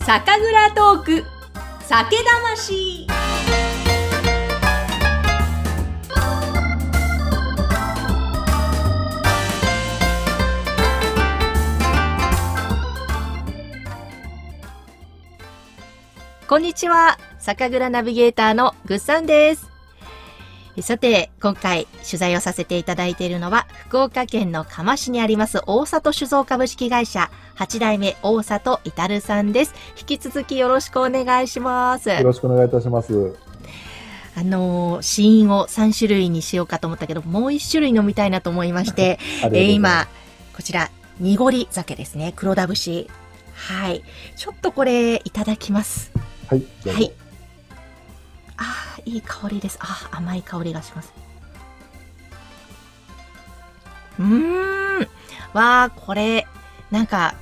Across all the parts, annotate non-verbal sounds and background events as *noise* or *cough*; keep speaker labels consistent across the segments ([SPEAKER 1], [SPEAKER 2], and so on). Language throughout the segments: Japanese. [SPEAKER 1] 酒蔵トーク酒魂こんにちは酒蔵ナビゲーターのぐっさんですさて、今回取材をさせていただいているのは、福岡県の釜市にあります大里酒造株式会社8代目大里至さんです。引き続きよろしくお願いします。
[SPEAKER 2] よろしくお願いいたします。
[SPEAKER 1] あのー、試飲を3種類にしようかと思ったけど、もう1種類飲みたいなと思いまして、
[SPEAKER 2] ありがとうござ
[SPEAKER 1] えー
[SPEAKER 2] います
[SPEAKER 1] 今、こちら、濁り酒ですね。黒田節。はい。ちょっとこれ、いただきます。
[SPEAKER 2] はい、どう
[SPEAKER 1] は
[SPEAKER 2] ぞ
[SPEAKER 1] い。ああ、いい香りです。ああ、甘い香りがします。うーん。わあ、これ、なんか、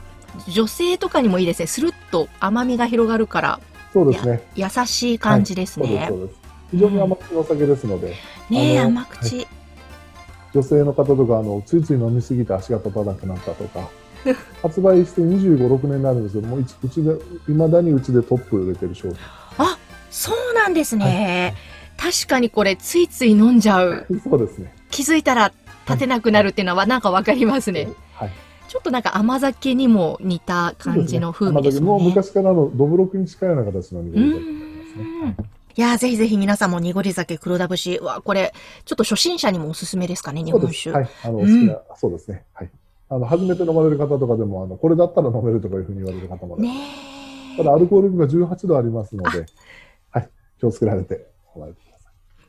[SPEAKER 1] 女性とかにもいいですね。スルッと甘みが広がるから、
[SPEAKER 2] そうですね。
[SPEAKER 1] 優しい感じです
[SPEAKER 2] そうです、
[SPEAKER 1] ね
[SPEAKER 2] そ。うです。非常に甘口のお酒ですので、
[SPEAKER 1] ねえ、
[SPEAKER 2] あの
[SPEAKER 1] 甘口。
[SPEAKER 2] 女性の方とか、あの、ついつい飲みすぎて足が立たなくなったと
[SPEAKER 1] *laughs*
[SPEAKER 2] か、発売して25、6年になるんですけども、うちうちで、いまだにうちでトップ売れてる商品。
[SPEAKER 1] そうなんですね。確かにこれ、ついつい飲んじゃう。
[SPEAKER 2] そうですね。
[SPEAKER 1] 気づいたら立てなくなるっていうのは、なんかわかりますね。
[SPEAKER 2] はい。
[SPEAKER 1] ちょっとなんか甘酒にも似た感じの風味です
[SPEAKER 2] ね。も
[SPEAKER 1] よ
[SPEAKER 2] う
[SPEAKER 1] ね。
[SPEAKER 2] 昔からのどぶろくに近いような形の
[SPEAKER 1] う
[SPEAKER 2] 濁り酒
[SPEAKER 1] ーんいやー、ぜひぜひ皆さんも濁り酒、黒田節。うわ、これ、ちょっと初心者にもおすすめですかね、日
[SPEAKER 2] そう
[SPEAKER 1] 本
[SPEAKER 2] です。
[SPEAKER 1] 酒。
[SPEAKER 2] はい。あの、
[SPEAKER 1] う
[SPEAKER 2] 好
[SPEAKER 1] ん
[SPEAKER 2] きな、そうですね。はい。あの、初めて飲まれる方とかでも、あの、これだったら飲めるとかいうふうに言われる方も
[SPEAKER 1] ね
[SPEAKER 2] ただアルコール分が18度ありますので、はい、気をつけられておられてくださ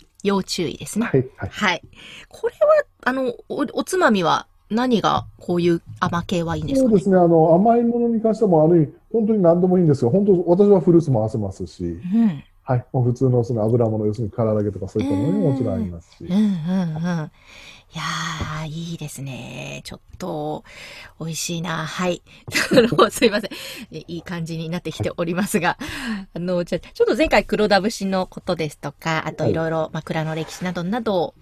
[SPEAKER 1] え。要注意ですね。
[SPEAKER 2] い。はい、はい。
[SPEAKER 1] はい。これは、あの、おおつまみは何がこういう甘系はいいんです
[SPEAKER 2] そ
[SPEAKER 1] か
[SPEAKER 2] うですね、あの、甘いものに関しても、ある意味、本当に何でもいいんですよ。本当、私はフルーツも合わせますし、
[SPEAKER 1] うん。
[SPEAKER 2] はい、もう普通のその油物、要するに唐揚げとかそういったものにももちろんありますし、
[SPEAKER 1] うんうんうん。いやー、いいですね。ちょっと、美味しいな。はい。 *laughs* なるほどすいません。えいい感じになってきておりますが、あの、じゃあちょっと前回黒田節のことですとか、あと
[SPEAKER 2] はい
[SPEAKER 1] いろいろ枕の歴史などなど、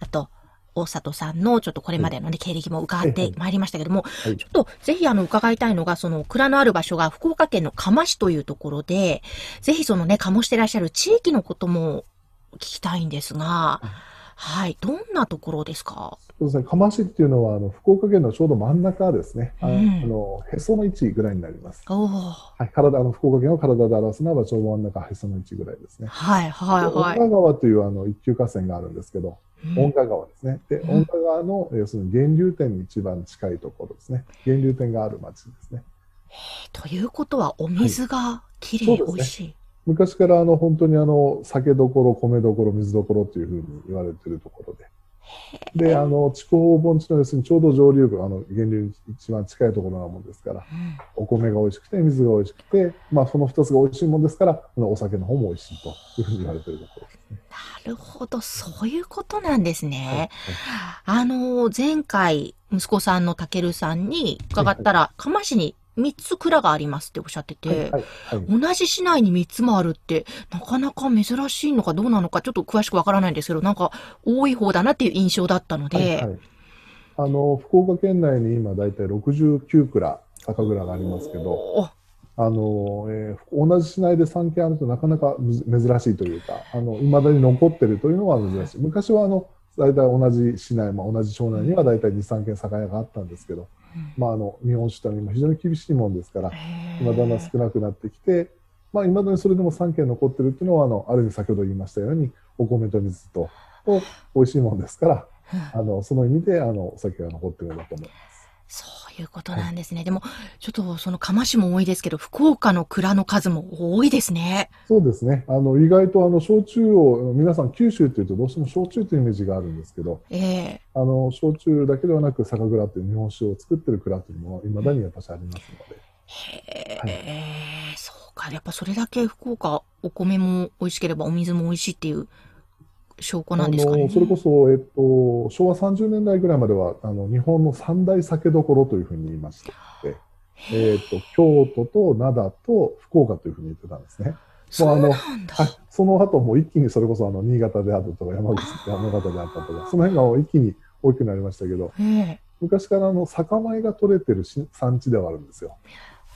[SPEAKER 1] あと、大里さんのちょっとこれまでのね、経歴も伺ってまいりましたけども、
[SPEAKER 2] い
[SPEAKER 1] ちょっとぜひあの伺いたいのが、その蔵のある場所が福岡県の釜市というところで、ぜひそのね、醸してらっしゃる地域のことも聞きたいんですが、はい、どんなところですか
[SPEAKER 2] そうですね、釜市っていうのは、あの、福岡県のちょうど真ん中ですね、あの、
[SPEAKER 1] うん
[SPEAKER 2] あのへその位置ぐらいになります。
[SPEAKER 1] おー
[SPEAKER 2] はい、体、あの、福岡県を体で表すならば、ちょうど真ん中、へその位置ぐらいですね。
[SPEAKER 1] はい、はい、
[SPEAKER 2] で恩
[SPEAKER 1] はい。
[SPEAKER 2] 賀川という、あの、一級河川があるんですけど、
[SPEAKER 1] うん
[SPEAKER 2] 恩賀川ですね。で、
[SPEAKER 1] うん
[SPEAKER 2] 恩賀川の、要するに源流点に一番近いところですね。源流点がある町ですね。
[SPEAKER 1] ということは、お水がきれい、
[SPEAKER 2] はい
[SPEAKER 1] 美
[SPEAKER 2] そうですね
[SPEAKER 1] 味しい。
[SPEAKER 2] 昔から、あの、本当にあの、酒どころ、米どころ、水どころというふうに言われているところで。で、あの、地方盆地の、要するにちょうど上流部、あの、源流に一番近いところなもんですから、
[SPEAKER 1] うん
[SPEAKER 2] お米が美味しくて、水が美味しくて、まあ、その二つが美味しいもんですから、あのお酒の方も美味しいというふうに言われているところですね。
[SPEAKER 1] なるほど、そういうことなんですね。
[SPEAKER 2] はいはい
[SPEAKER 1] あのー、前回、息子さんのたけるさんに伺ったら、釜市に3つ蔵がありますっておっしゃってて、
[SPEAKER 2] はい、はい。はい
[SPEAKER 1] 同じ市内に3つもあるって、なかなか珍しいのかどうなのか、ちょっと詳しくわからないんですけど、なんか多い方だなっていう印象だったので、
[SPEAKER 2] はいはい、あの福岡県内に今大体69蔵酒蔵がありますけど
[SPEAKER 1] おー
[SPEAKER 2] あの、えー同じ市内で3軒あるとなかなかむず珍しいというかいまだに残ってるというのは珍しい昔はあの大体同じ市内、まあ、同じ町内には大体23軒酒屋があったんですけど、
[SPEAKER 1] うん
[SPEAKER 2] まあ、あの日本酒というのは今非常に厳しいもんですから
[SPEAKER 1] へー
[SPEAKER 2] 今だんだん少なくなってきて、まあ、今だにそれでも3軒残ってるっていうのはあのある意味先ほど言いましたようにお米と水とと美味しいもんですからあのその意味であのお酒が残ってるんだと思います。
[SPEAKER 1] そういうことなんですね。でも、ちょっとその釜市も多いですけど、福岡の蔵の数も多いですね。
[SPEAKER 2] そうですね。あの意外とあの焼酎をあの皆さん九州というとどうしても焼酎というイメージがあるんですけど、
[SPEAKER 1] ええ
[SPEAKER 2] あの焼酎だけではなく酒蔵という日本酒を作ってる蔵というのも未だにやっぱしありますので、
[SPEAKER 1] へ
[SPEAKER 2] は
[SPEAKER 1] え、そうか。やっぱそれだけ福岡、お米も美味しければお水も美味しいっていう証拠なんですか
[SPEAKER 2] あ
[SPEAKER 1] ね。
[SPEAKER 2] のそれこそえっと昭和30年代ぐらいまではあの日本の三大酒どころというふうに言いまして、えっと京都と灘と福岡というふうに言ってたんですね。
[SPEAKER 1] そ
[SPEAKER 2] もうあ
[SPEAKER 1] う
[SPEAKER 2] の
[SPEAKER 1] なんだ。
[SPEAKER 2] はい、その後もう一気にそれこそあの新潟であったとか山口山形であったとかその辺がもう一気に大きくなりましたけど
[SPEAKER 1] ええ
[SPEAKER 2] 昔からあの酒米が取れてるし産地ではあるんですよ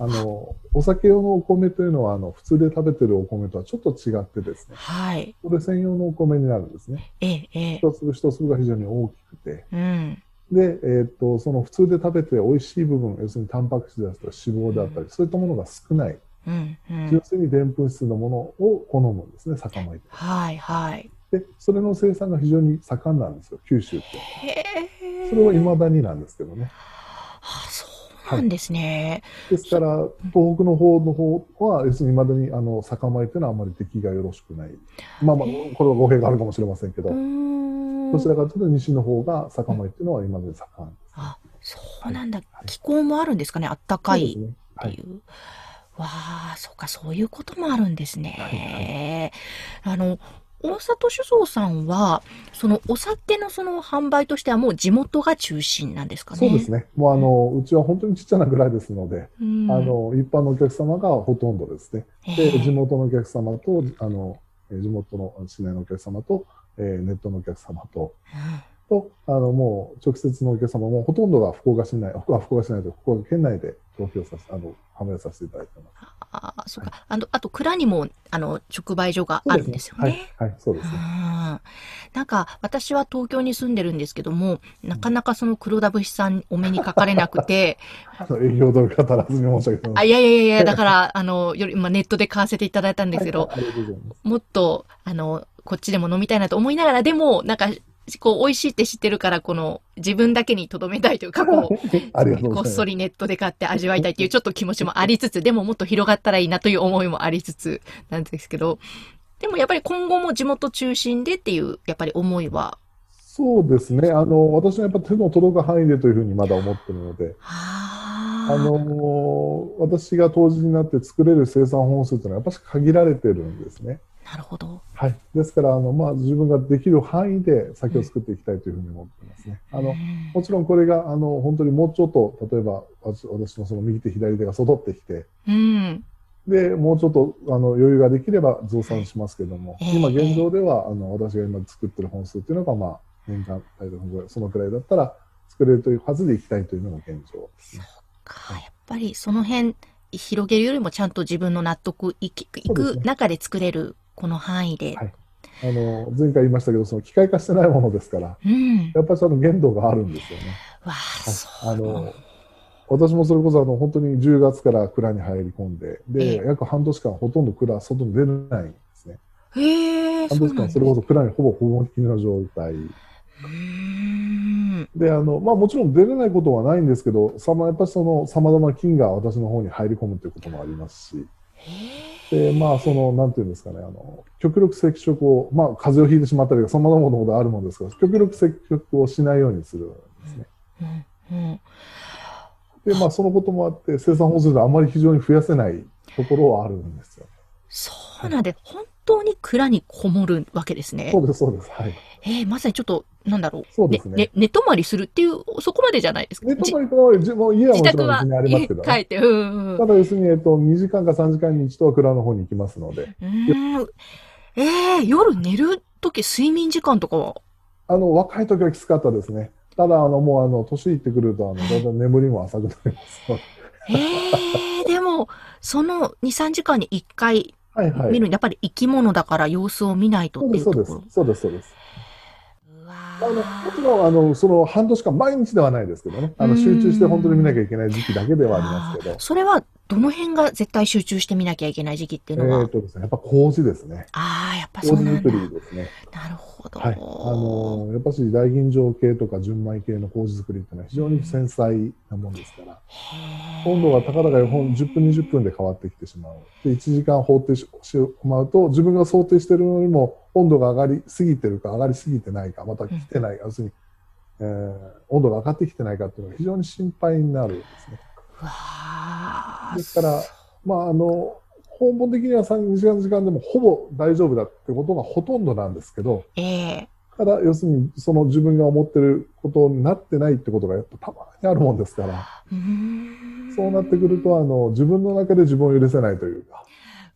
[SPEAKER 2] あの、お酒用のお米というのは、あの、普通で食べてるお米とはちょっと違ってですね、
[SPEAKER 1] はい。
[SPEAKER 2] これ専用のお米になるんですね。
[SPEAKER 1] ええ、ええ。
[SPEAKER 2] 一粒一粒が非常に大きくて、
[SPEAKER 1] うん。
[SPEAKER 2] で、えーっと、その普通で食べて美味しい部分、要するにタンパク質だったり脂肪であったり、そういったものが少ない、
[SPEAKER 1] うん。うん
[SPEAKER 2] 要。するにでんぷん質のものを好むんですね、酒米って。
[SPEAKER 1] はい、はい。
[SPEAKER 2] で、それの生産が非常に盛んなんですよ、九州って。
[SPEAKER 1] へえ。
[SPEAKER 2] それは未だになんですけどね。
[SPEAKER 1] あ、そうなんですね。
[SPEAKER 2] ですから、東北の方の方は、要するに未だにあの酒米というのはあまり出来がよろしくない。まあまあ、これは語弊があるかもしれませんけど、
[SPEAKER 1] うーん。
[SPEAKER 2] どちらかというと西の方が酒米というのは今まで盛ん。
[SPEAKER 1] あ、そうなんだ
[SPEAKER 2] は。い
[SPEAKER 1] 気候もあるんですかね。あったかい
[SPEAKER 2] そうですね。
[SPEAKER 1] って
[SPEAKER 2] はい
[SPEAKER 1] いう。わあ、そうか、そういうこともあるんですね。あの、大里酒造さんは、そのお酒のその販売としてはもう地元が中心なんですかね。
[SPEAKER 2] そうですね。もうあの、うちは本当にちっちゃなぐらいですので、
[SPEAKER 1] うん。
[SPEAKER 2] あの、一般のお客様がほとんどですね。
[SPEAKER 1] え
[SPEAKER 2] で、
[SPEAKER 1] え
[SPEAKER 2] 地元のお客様と、あの、えー地元の市内のお客様と、えーネットのお客様と、と、あの、もう直接のお客様もほとんどが福岡市内、 *laughs* 福岡福岡市内で福岡県内で東京させ、あの、販売させていただいてます。
[SPEAKER 1] ああ、そうか。あの、あと蔵にも、あの、直売所があるんですよね。
[SPEAKER 2] はい、はい、そうですね。
[SPEAKER 1] うんなんか私は東京に住んでるんですけども、なかなかその黒田節さんお目にかかれなくて、
[SPEAKER 2] あの営業努力が足らずに申し訳
[SPEAKER 1] あ、
[SPEAKER 2] ない。
[SPEAKER 1] いやいやいやいや、だから、あの、より、まあ、ネットで買わせていただいたんですけど、
[SPEAKER 2] はいありがとうございます。
[SPEAKER 1] もっと、あの、こっちでも飲みたいなと思いながら、でも、なんか、こう、美味しいって知ってるから、この、自分だけに留めたいというか、こう、
[SPEAKER 2] ありがとうござい *laughs*
[SPEAKER 1] こ
[SPEAKER 2] ま
[SPEAKER 1] っ
[SPEAKER 2] す。
[SPEAKER 1] そりネットで買って味わいたいっていうちょっと気持ちもありつつ、でももっと広がったらいいなという思いもありつつなんですけど、でもやっぱり今後も地元中心でっていう、やっぱり思いは。
[SPEAKER 2] そうですね。あの、私はやっぱ手の届く範囲でというふうにまだ思ってるので、
[SPEAKER 1] あ
[SPEAKER 2] あの私が当時になって作れる生産本数というのはやっぱし限られてるんですね。
[SPEAKER 1] なるほど。
[SPEAKER 2] はい。ですから、あの、まあ、自分ができる範囲で酒を作っていきたいというふうに思ってますね。あ
[SPEAKER 1] う
[SPEAKER 2] の、
[SPEAKER 1] ん
[SPEAKER 2] もちろんこれが、あの、本当にもうちょっと、例えば、私私のその右手左手が育ってきて、
[SPEAKER 1] うん。
[SPEAKER 2] で、もうちょっと、あの、余裕ができれば増産しますけども、
[SPEAKER 1] ええ
[SPEAKER 2] 今現状では、あの、私が今作ってる本数っていうのが、まあ、年間、大体このぐらいそのくらいだったら、作れるというはずでいきたいというのが現状ですね。
[SPEAKER 1] か、やっぱりその辺、広げるよりもちゃんと自分の納得いきい
[SPEAKER 2] そうです
[SPEAKER 1] く
[SPEAKER 2] ね
[SPEAKER 1] 中で作れる、この範囲で。
[SPEAKER 2] はいあの、前回言いましたけど、その機械化してないものですから、
[SPEAKER 1] うん。
[SPEAKER 2] やっぱりその限度があるんですよね。
[SPEAKER 1] わあ、そう。
[SPEAKER 2] あの、私もそれこそ、あの、本当に10月から蔵に入り込んで、
[SPEAKER 1] え
[SPEAKER 2] で、
[SPEAKER 1] え
[SPEAKER 2] 約半年間ほとんど蔵、外に出ないんですね。
[SPEAKER 1] へえ、
[SPEAKER 2] 半
[SPEAKER 1] そう
[SPEAKER 2] 年
[SPEAKER 1] なん
[SPEAKER 2] 間
[SPEAKER 1] だ
[SPEAKER 2] それこそ蔵にほぼほぼきの状態。
[SPEAKER 1] うーん。
[SPEAKER 2] で、あの、まあもちろん出れないことはないんですけど、さま、やっぱりその様々な菌が私の方に入り込むということもありますし、で、まあその、なんていうんですかね、あの、極力接触を、まあ風邪をひいてしまったりとか、様々なことがあるもんですから、極力接触をしないようにするんですね。
[SPEAKER 1] うんうん
[SPEAKER 2] で、まあそのこともあって、生産本数があまり非常に増やせないところはあるんですよ。
[SPEAKER 1] そうなんで、本当に蔵にこもるわけですね
[SPEAKER 2] そ。うです、そうです。はい。
[SPEAKER 1] えー、まさにちょっと、なんだろう。
[SPEAKER 2] そうですね
[SPEAKER 1] 寝泊まりするっていう、そこまでじゃないですか。
[SPEAKER 2] ネットバイクは自分、家
[SPEAKER 1] 自
[SPEAKER 2] はもち
[SPEAKER 1] 宅
[SPEAKER 2] ろん
[SPEAKER 1] は
[SPEAKER 2] 別にありますけど、
[SPEAKER 1] 家帰
[SPEAKER 2] ね、
[SPEAKER 1] って、うんうん
[SPEAKER 2] ただ要するに、えっと、2時間か3時間に一度は蔵の方に行きますので、
[SPEAKER 1] うん。うーんえー、夜寝るとき、睡眠時間とかは、
[SPEAKER 2] あの、若い時はきつかったですね。ただ、あの、もう、あの、年いってくると、あの、だんだん眠りも浅くなりますので。
[SPEAKER 1] えー、でも、その2、3時間に1回
[SPEAKER 2] はいは
[SPEAKER 1] 見
[SPEAKER 2] い。
[SPEAKER 1] る、やっぱり生き物だから様子を見ないと
[SPEAKER 2] そ
[SPEAKER 1] っ
[SPEAKER 2] う
[SPEAKER 1] て
[SPEAKER 2] で
[SPEAKER 1] い
[SPEAKER 2] す、
[SPEAKER 1] う
[SPEAKER 2] そ
[SPEAKER 1] とこ
[SPEAKER 2] うで
[SPEAKER 1] ろ
[SPEAKER 2] す。。そうです、そうです。
[SPEAKER 1] う
[SPEAKER 2] あ
[SPEAKER 1] わ
[SPEAKER 2] の、もち
[SPEAKER 1] ー
[SPEAKER 2] ろん、あの、その、半年間、毎日ではないですけどね。あ
[SPEAKER 1] う
[SPEAKER 2] の、
[SPEAKER 1] ん
[SPEAKER 2] 集中して本当に見なきゃいけない時期だけではありますけ
[SPEAKER 1] あ
[SPEAKER 2] ど
[SPEAKER 1] ー。それは、どの辺が絶対集中して見なきゃいけない時期って
[SPEAKER 2] え
[SPEAKER 1] いうのは、
[SPEAKER 2] ーっとですね、やっぱ麹ですね。
[SPEAKER 1] ああ、やっぱそう
[SPEAKER 2] 麹
[SPEAKER 1] なん
[SPEAKER 2] 作
[SPEAKER 1] だ。
[SPEAKER 2] りですね。
[SPEAKER 1] なるほど。
[SPEAKER 2] はい。あの、やっぱし大吟醸系とか純米系の麹作りってのは非常に繊細なもんですから、
[SPEAKER 1] へー
[SPEAKER 2] 温度が高々本10分20分で変わってきてしまう。で、1時間放ってしまうと、自分が想定しているのよりも温度が上がりすぎてるか上がりすぎてないか、また来てないか、要するに、えー温度が上がってきてないかっていうのが非常に心配になるんですね。
[SPEAKER 1] うわあ
[SPEAKER 2] ですから、まあ、あの、根本的には3、2時間の時間でもほぼ大丈夫だってことがほとんどなんですけど、
[SPEAKER 1] ええ
[SPEAKER 2] ただ、要するに、その自分が思ってることになってないってことがやっぱたまにあるもんですから、
[SPEAKER 1] うーん
[SPEAKER 2] そうなってくると、あの、自分の中で自分を許せないというか、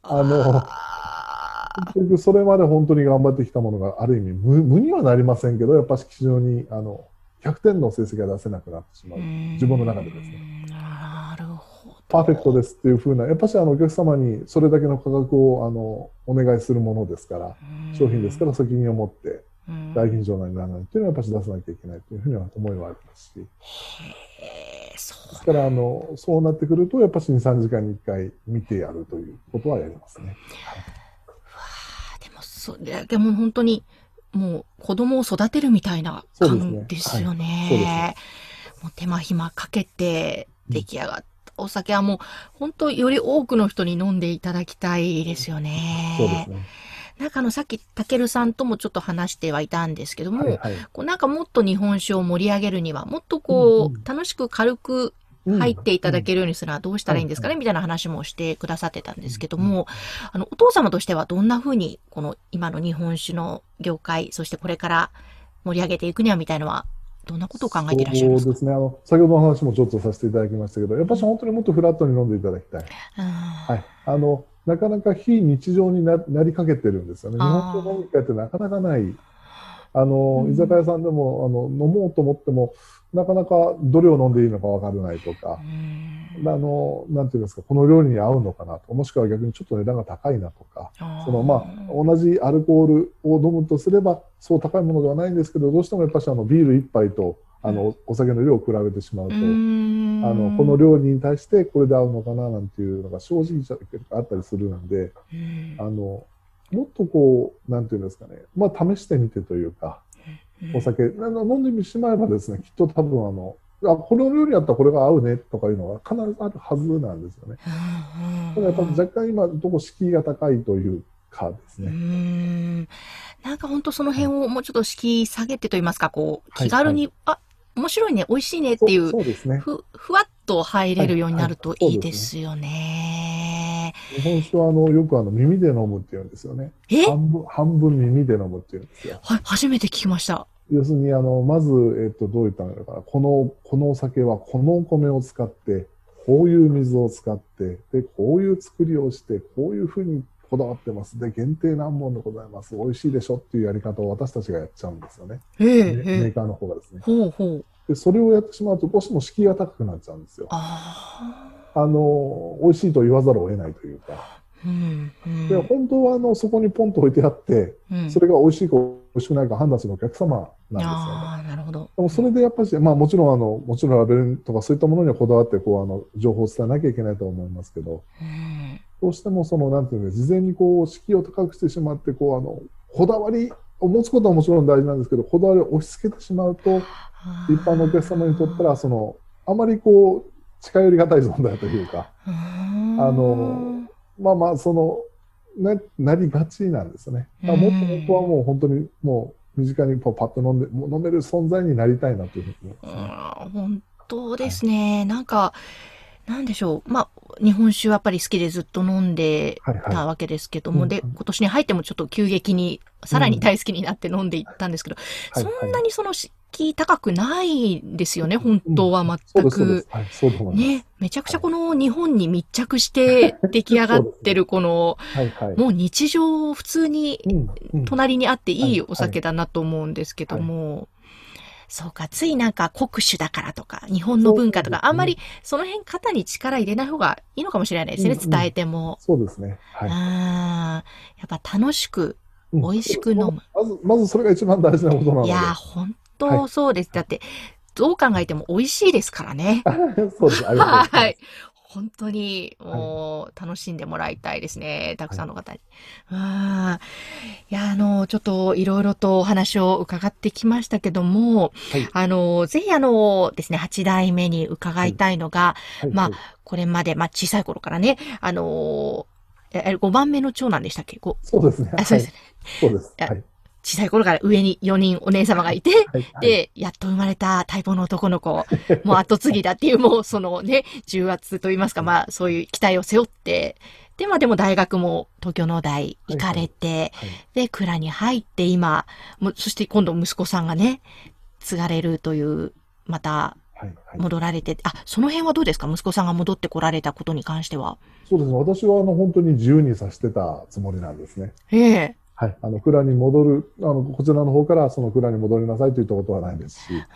[SPEAKER 2] あの
[SPEAKER 1] あ
[SPEAKER 2] 結局それまで本当に頑張ってきたものがある意味無、無にはなりませんけど、やっぱり非常に、あの、100点の成績が出せなくなってしま
[SPEAKER 1] ー
[SPEAKER 2] う
[SPEAKER 1] うーん
[SPEAKER 2] 自分の中でですね。
[SPEAKER 1] なるほ
[SPEAKER 2] パーフェクトですっていうふうな、やっぱしあのお客様にそれだけの価格をあのお願いするものですから、商品ですから責任を持って
[SPEAKER 1] うん
[SPEAKER 2] 大品状態にならないっていうのはやっぱし出さなきゃいけないというふうには思いはありますし、で
[SPEAKER 1] へーそう
[SPEAKER 2] すからあのそうなってくると、やっぱし2、3時間に1回見てやるということはやりますね。
[SPEAKER 1] あでも、それだけもう本当に、もう子供を育てるみたいな感じですよね。
[SPEAKER 2] そうですねはい
[SPEAKER 1] もう手間暇かけて出来上がった。お酒はもう本当より多くの人に飲んでいただきたいですよね。
[SPEAKER 2] そうですね。
[SPEAKER 1] なんかあのさっきたけるさんともちょっと話してはいたんですけども、
[SPEAKER 2] はいはい。
[SPEAKER 1] こうなんかもっと日本酒を盛り上げるにはもっとこう、
[SPEAKER 2] うんうん
[SPEAKER 1] 楽しく軽く
[SPEAKER 2] うん
[SPEAKER 1] 入っていただけるようにするのはどうしたらいいんですかね、
[SPEAKER 2] う
[SPEAKER 1] みたいな話もしてくださってたんですけど
[SPEAKER 2] うん
[SPEAKER 1] も、あの、お父様としてはどんなふうに、この今の日本酒の業界、そしてこれから盛り上げていくにはみたいのは、どんなことを考えていらっしゃいます
[SPEAKER 2] そう
[SPEAKER 1] か
[SPEAKER 2] ですね。あの、先ほどの話もちょっとさせていただきましたけど、やっぱし本当にもっとフラットに飲んでいただきたい。
[SPEAKER 1] は
[SPEAKER 2] はい。あの、なかなか非日常にななりかけてるんですよね。日
[SPEAKER 1] あー
[SPEAKER 2] 本酒飲む機会ってなかなかない。あの
[SPEAKER 1] う、ん
[SPEAKER 2] 居酒屋さんでも、あの、飲もうと思っても、なかなかどれを飲んでいいのかわからないとか、あの、なんていうんですか、この料理に合うのかなと、もしくは逆にちょっと値段が高いなとか、そのまあ、同じアルコールを飲むとすればそう高いものではないんですけどどうしてもやっぱしあのビール1杯とあのお酒の量を比べてしまうと、あのこの料理に対してこれで合うのかななんていうのが正直じゃあったりするのであのもっとこうなんていうんですかね、まあ、試してみてというかお酒あの飲んでしまえばですねきっと多分あのあこの料理やったらこれが合うねとかいうのは必ずあるはずなんですよね。ただやっぱ若干今のとこ敷居が高いというかです
[SPEAKER 1] うー
[SPEAKER 2] ね。
[SPEAKER 1] んなんか本当その辺をもうちょっと敷き下げてと言いますか、こう、
[SPEAKER 2] はい
[SPEAKER 1] 気軽に、あ、面白いね、美味しいねっ
[SPEAKER 2] そ
[SPEAKER 1] ていう、
[SPEAKER 2] そうですね。
[SPEAKER 1] ふ、ふわっと入れるようになると
[SPEAKER 2] はいはい
[SPEAKER 1] いいですよね。
[SPEAKER 2] 日本酒はあのよくあの耳で飲むって言うんですよね。
[SPEAKER 1] えは、
[SPEAKER 2] 半分半分耳で飲むって言うんですよ。
[SPEAKER 1] 初めて聞きました。
[SPEAKER 2] 要するにあのまず、えっと、どういったのかなこのこのお酒はこのお米を使ってこういう水を使ってでこういう作りをしてこういうふうにこだわってますで限定何本でございます美味しいでしょっていうやり方を私たちがやっちゃうんですよね、
[SPEAKER 1] ええ、
[SPEAKER 2] メ
[SPEAKER 1] え
[SPEAKER 2] メ
[SPEAKER 1] え
[SPEAKER 2] ー。カーの方がですね
[SPEAKER 1] ほうほう。
[SPEAKER 2] でそれをやってしまうとどうしても敷居が高くなっちゃうんですよ
[SPEAKER 1] あ
[SPEAKER 2] あの美味しいと言わざるを得ないというか
[SPEAKER 1] あ。うん、うん。
[SPEAKER 2] で本当はあのそこにポンと置いてあって
[SPEAKER 1] うん
[SPEAKER 2] それが美味しいか美味しくないか判断するお客様なんですよね。
[SPEAKER 1] ああ、なるほど。
[SPEAKER 2] でもそれでやっぱり、まあもちろんあの、もちろんラベルとかそういったものにはこだわって、こう、あの、情報を伝えなきゃいけないと思いますけど、
[SPEAKER 1] うん。
[SPEAKER 2] どうしてもその、なんていうの、事前にこう、敷居を高くしてしまって、こう、あの、こだわりを持つことはもちろん大事なんですけど、こだわりを押し付けてしまうと、
[SPEAKER 1] あー
[SPEAKER 2] 一般のお客様にとったら、、その、あまりこう、近寄りがたい存在というか、
[SPEAKER 1] あ
[SPEAKER 2] あのまあまあ、その、な、なりがちなんですね。だからもっと僕はもう本当に、もう、身近にこうパッと飲んで、もう飲める存在になりたいなというふうに思いますね。
[SPEAKER 1] うん本当ですね。なんか、なんでしょう。まあ、日本酒はやっぱり好きでずっと飲んで
[SPEAKER 2] はいはい。
[SPEAKER 1] たわけですけども、
[SPEAKER 2] うん
[SPEAKER 1] で、今年に入ってもちょっと急激に、さらに大好きになって飲んでいったんですけど、
[SPEAKER 2] はいはい
[SPEAKER 1] そんなにその敷居高くないですよね、本当は
[SPEAKER 2] そ
[SPEAKER 1] 全
[SPEAKER 2] うです、そう
[SPEAKER 1] く
[SPEAKER 2] です。。はい、そうだと思います。
[SPEAKER 1] ね、めちゃくちゃこの日本に密着して出来上がってるこの、
[SPEAKER 2] はい、はい。
[SPEAKER 1] もう日常普通に
[SPEAKER 2] うん、うん
[SPEAKER 1] 隣にあってい
[SPEAKER 2] はいい
[SPEAKER 1] お酒だなと思うんですけども、そうか、ついなんか国酒だからとか、日本の文化と
[SPEAKER 2] そうです
[SPEAKER 1] か、
[SPEAKER 2] ね
[SPEAKER 1] あんまりその辺肩に力入れない方がいいのかもしれないですね、
[SPEAKER 2] うんうん
[SPEAKER 1] 伝えても。
[SPEAKER 2] そうですね。はい。
[SPEAKER 1] あーやっぱ楽しく、
[SPEAKER 2] うん
[SPEAKER 1] 美味しく飲む。
[SPEAKER 2] まず、まずそれが一番大事なことなの
[SPEAKER 1] い
[SPEAKER 2] で。
[SPEAKER 1] やー、本当そうです。だって、どう考えても美味しいですからね。
[SPEAKER 2] *laughs* そうです。ありがとうございます。
[SPEAKER 1] はい。本当に、もう、楽しんでもらいたいですね。たくさんの方に。あいや、あの、ちょっと、いろいろとお話を伺ってきましたけども、
[SPEAKER 2] はい
[SPEAKER 1] あの、ぜひ、あの、ですね、8代目に伺いたいのが、
[SPEAKER 2] はい
[SPEAKER 1] まあ
[SPEAKER 2] はい
[SPEAKER 1] これまで、まあ、小さい頃からね、あの、5番目の長男でしたっけこう
[SPEAKER 2] そうですね。
[SPEAKER 1] あそうですね。
[SPEAKER 2] そうです。
[SPEAKER 1] あ
[SPEAKER 2] はい。
[SPEAKER 1] 小さい頃から上に4人お姉様がいて、
[SPEAKER 2] はい。はい、
[SPEAKER 1] で、やっと生まれた待望の男の
[SPEAKER 2] *laughs*
[SPEAKER 1] 子、もう後継ぎだっていう、もうそのね、重圧と言いますか、まあそういう期待を背負って、で、まあでも大学も東京農大行かれて、
[SPEAKER 2] はい
[SPEAKER 1] で、蔵に入って今、もうそして今度息子さんがね、継がれるという、また
[SPEAKER 2] はい。はい。
[SPEAKER 1] 戻られて、あ、その辺はどうですか息子さんが戻ってこられたことに関しては。
[SPEAKER 2] そうですね。私は、あの、本当に自由にさせてたつもりなんですね。
[SPEAKER 1] ええ。
[SPEAKER 2] はい。あの、蔵に戻る、あの、こちらの方から、その蔵に戻りなさいといったことはないですし、
[SPEAKER 1] あ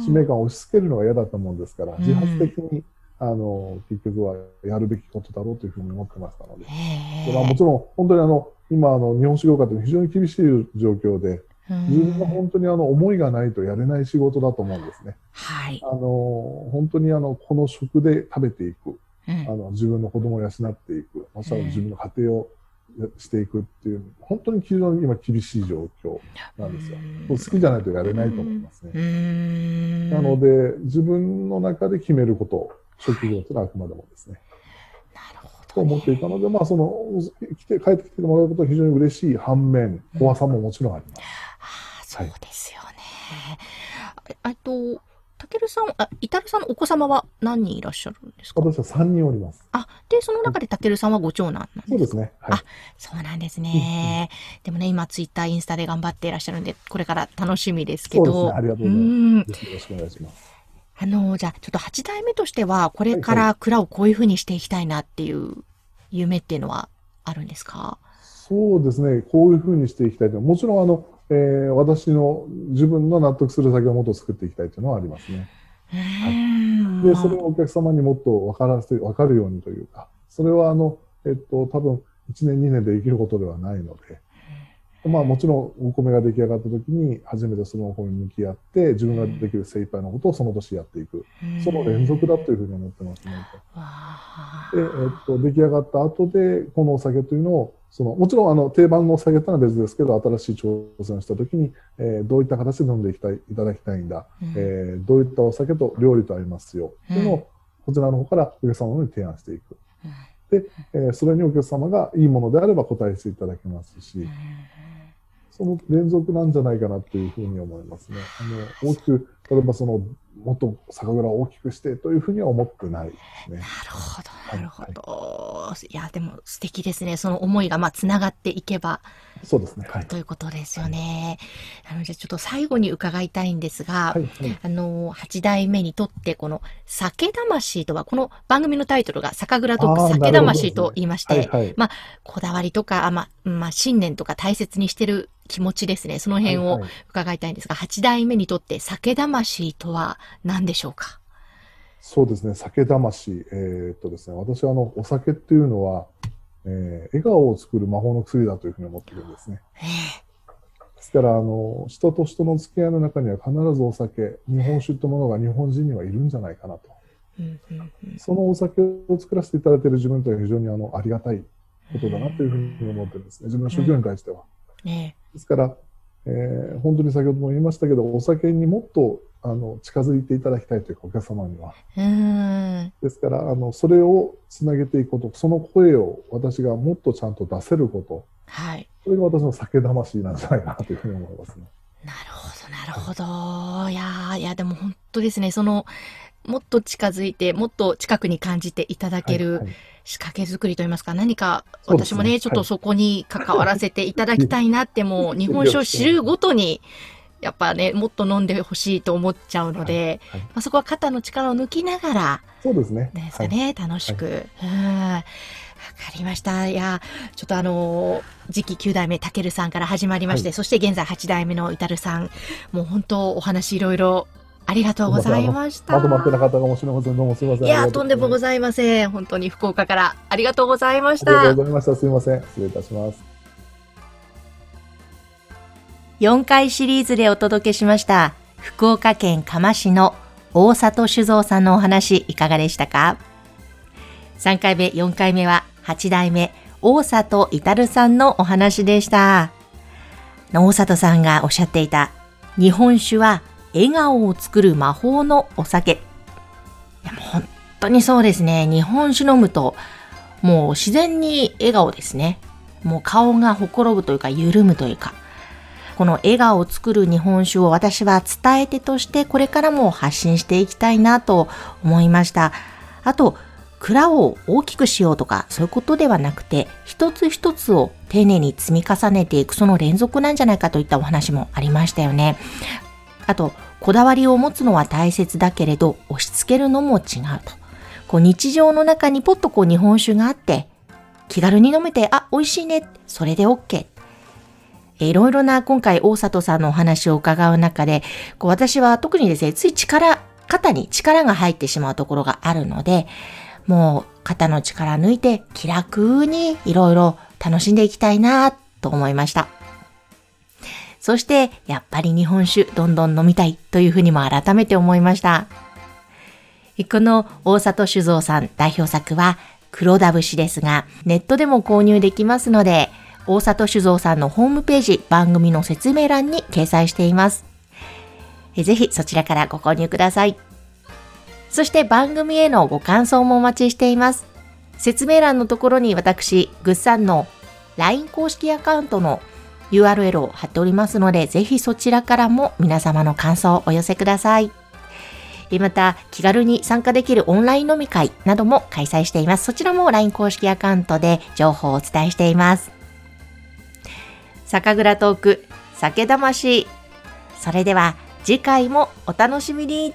[SPEAKER 1] ー
[SPEAKER 2] 使命感を押し付けるのが嫌だったもんですから、自発的に、あの、結局はやるべきことだろうというふうに思ってましたので。
[SPEAKER 1] え
[SPEAKER 2] まあ、もちろん、本当にあの、今、あの、日本酒業界って非常に厳しい状況で、自分が本当にあの、思いがないとやれない仕事だと思うんですね。
[SPEAKER 1] はい。
[SPEAKER 2] あの、本当にあの、この食で食べていく。
[SPEAKER 1] うん
[SPEAKER 2] あの、自分の子供を養っていく。まさに自分の家庭をしていくっていう、本当に非常に今厳しい状況なんですよ。もう好きじゃないとやれないと思います
[SPEAKER 1] う
[SPEAKER 2] ね。
[SPEAKER 1] ん。
[SPEAKER 2] なので、自分の中で決めること、職業というのはあくまでもですね。
[SPEAKER 1] なるほど
[SPEAKER 2] と思っていたので、まあ、その、来て、帰ってきてもらうことは非常に嬉しい反面、怖さももちろんあります。
[SPEAKER 1] ああ、そ
[SPEAKER 2] は
[SPEAKER 1] う
[SPEAKER 2] い
[SPEAKER 1] ですよね。あえっと、たけるさん、あ、いたるさんのお子様は何人いらっしゃるんですか
[SPEAKER 2] 私は3人おります。
[SPEAKER 1] あ、で、その中でたけるさんはご長男なんです
[SPEAKER 2] そうですね。はい。
[SPEAKER 1] そうなんですね。でもね、今、ツイッター、インスタで頑張っていらっしゃるんで、これから楽しみですけ
[SPEAKER 2] そう
[SPEAKER 1] ど。
[SPEAKER 2] ですね。ありがとうございま
[SPEAKER 1] うん
[SPEAKER 2] す。ぜひよろしくお願いします。
[SPEAKER 1] あの、じゃあ、ちょっと8代目としては、これから蔵をこういうふうにしていきたいなっていう夢っていうのはあるんですか
[SPEAKER 2] そうですね。こういうふうにしていきたいと。もちろん、あの、えー私の自分の納得する酒をもっと作っていきたいというのはありますね。
[SPEAKER 1] うーん
[SPEAKER 2] で、それをお客様にもっと分からせ、分かるようにというか、それはあの、えっと、多分1年2年でできることではないので、まあもちろんお米が出来上がった時に初めてそのお米に向き合って、自分ができる精一杯のことをその年やっていく。その連続だというふうに思ってますね。
[SPEAKER 1] わあ
[SPEAKER 2] で、えっと、出来上がった後で、このお酒というのを、その、もちろんあの、定番のお酒というのは別ですけど、新しい挑戦をした時に、えーどういった形で飲んでいきたい、いただきたいんだ。
[SPEAKER 1] うん
[SPEAKER 2] えーどういったお酒と料理と合いますよ、
[SPEAKER 1] うん
[SPEAKER 2] というのをこちらの方からお客様に提案していく、えーそれにお客様がいいものであれば答えしていただけます
[SPEAKER 1] うん
[SPEAKER 2] しその連続なんじゃないかなというふうに思いますねあの大きく例えばそのもっと酒蔵を大きくしてというふうには思ってないですね
[SPEAKER 1] なるほど、なるほど。いや、でも素敵ですね。その思いが、まあ、つながっていけば
[SPEAKER 2] そうですねはい
[SPEAKER 1] ということですよね。あの、じゃあちょっと最後に伺いたいんですが
[SPEAKER 2] は、い、はい
[SPEAKER 1] あの、8代目にとって、この、酒魂とは、この番組のタイトルが、酒蔵トー
[SPEAKER 2] あー
[SPEAKER 1] ク酒魂と言いまして、
[SPEAKER 2] はいはい
[SPEAKER 1] こだわりとか、あまあ、まあ、信念とか大切にしてる気持ちですね。その辺
[SPEAKER 2] はい
[SPEAKER 1] を
[SPEAKER 2] はい
[SPEAKER 1] 伺いたいんですが、8代目にとって、酒魂とは何でしょうか
[SPEAKER 2] そうですね酒魂えーっとですね私はあのお酒っていうのは、えー笑顔を作る魔法の薬だというふうに思ってるんですね
[SPEAKER 1] え
[SPEAKER 2] ですから、あの、人と人の付き合いの中には必ずお酒、日本酒ってものが日本人にはいるんじゃないかなと。
[SPEAKER 1] えうんうんうん
[SPEAKER 2] そのお酒を作らせていただいている自分というのは非常にあの、ありがたいことだなというふうに思ってるんですね。自分の職業に対しては。
[SPEAKER 1] ね
[SPEAKER 2] ですから、えー本当に先ほども言いましたけど、お酒にもっと、あの、近づいていただきたいというか、お客様には。
[SPEAKER 1] えうーん。
[SPEAKER 2] ですから、あの、それをつなげていくこと、その声を私がもっとちゃんと出せること、
[SPEAKER 1] はい。
[SPEAKER 2] それが私の酒魂なんじゃないかなというふうに思いますね。
[SPEAKER 1] なるほど、なるほど。いやーいや、でも本当ですね。その、もっと近づいて、もっと近くに感じていただけ
[SPEAKER 2] はい
[SPEAKER 1] る
[SPEAKER 2] はい
[SPEAKER 1] 仕掛け作りといいますか、何か
[SPEAKER 2] そうです
[SPEAKER 1] 私
[SPEAKER 2] ね
[SPEAKER 1] もね、ちょっとそこに関わらせていただきたいなって、
[SPEAKER 2] *laughs*
[SPEAKER 1] もう日本酒を知るごとに、やっぱね、もっと飲んでほしいと思っちゃうので、
[SPEAKER 2] はいはい
[SPEAKER 1] まあ、そこは肩の力を抜きながら、
[SPEAKER 2] そうですね。
[SPEAKER 1] ですかね、楽しく。うん。わかりました。いや、ちょっとあのー次期9代目、たけるさんから始まりまして、
[SPEAKER 2] は
[SPEAKER 1] そして現在8代目のいたるさん、もう本当お話いろいろありがとうございました。
[SPEAKER 2] まとまってなかったかもしれません。どうもすみません。
[SPEAKER 1] いや、とんでもご
[SPEAKER 2] ざい
[SPEAKER 1] ざいません。本当に福岡からありがとうございまし
[SPEAKER 2] ありが
[SPEAKER 1] た
[SPEAKER 2] とう。ございました。すみません。失礼いたします。
[SPEAKER 1] 4回シリーズでお届けしました福岡県釜市の大里酒造さんのお話いかがでしたか3回目4回目は8代目大里至さんのお話でした大里さんがおっしゃっていた日本酒は笑顔を作る魔法のお酒いやもう本当にそうですね日本酒飲むともう自然に笑顔ですねもう顔がほころぶというか緩むというかこの笑顔を作る日本酒を私は伝え手としてこれからも発信していきたいなと思いました。あと、蔵を大きくしようとかそういうことではなくて、一つ一つを丁寧に積み重ねていくその連続なんじゃないかといったお話もありましたよね。あと、こだわりを持つのは大切だけれど、押し付けるのも違うと。こう日常の中にポッとこう日本酒があって、気軽に飲めて、あ、美味しいね。それで OK。えーいろいろな今回大里さんのお話を伺う中で、こう私は特にですね、つい力肩に力が入ってしまうところがあるので、もう肩の力抜いて気楽にいろいろ楽しんでいきたいなと思いました。そしてやっぱり日本酒どんどん飲みたいというふうにも改めて思いました。この大里酒造さん代表作は黒田節ですが、ネットでも購入できますので、大里酒造さんのホームページ番組の説明欄に掲載しています。ぜひそちらからご購入ください。そして番組へのご感想もお待ちしています。説明欄のところに私、ぐっさんの LINE 公式アカウントの URL を貼っておりますので、ぜひそちらからも皆様の感想をお寄せください。また、気軽に参加できるオンライン飲み会なども開催しています。そちらも LINE 公式アカウントで情報をお伝えしています。酒蔵トーク、酒魂。それでは次回もお楽しみに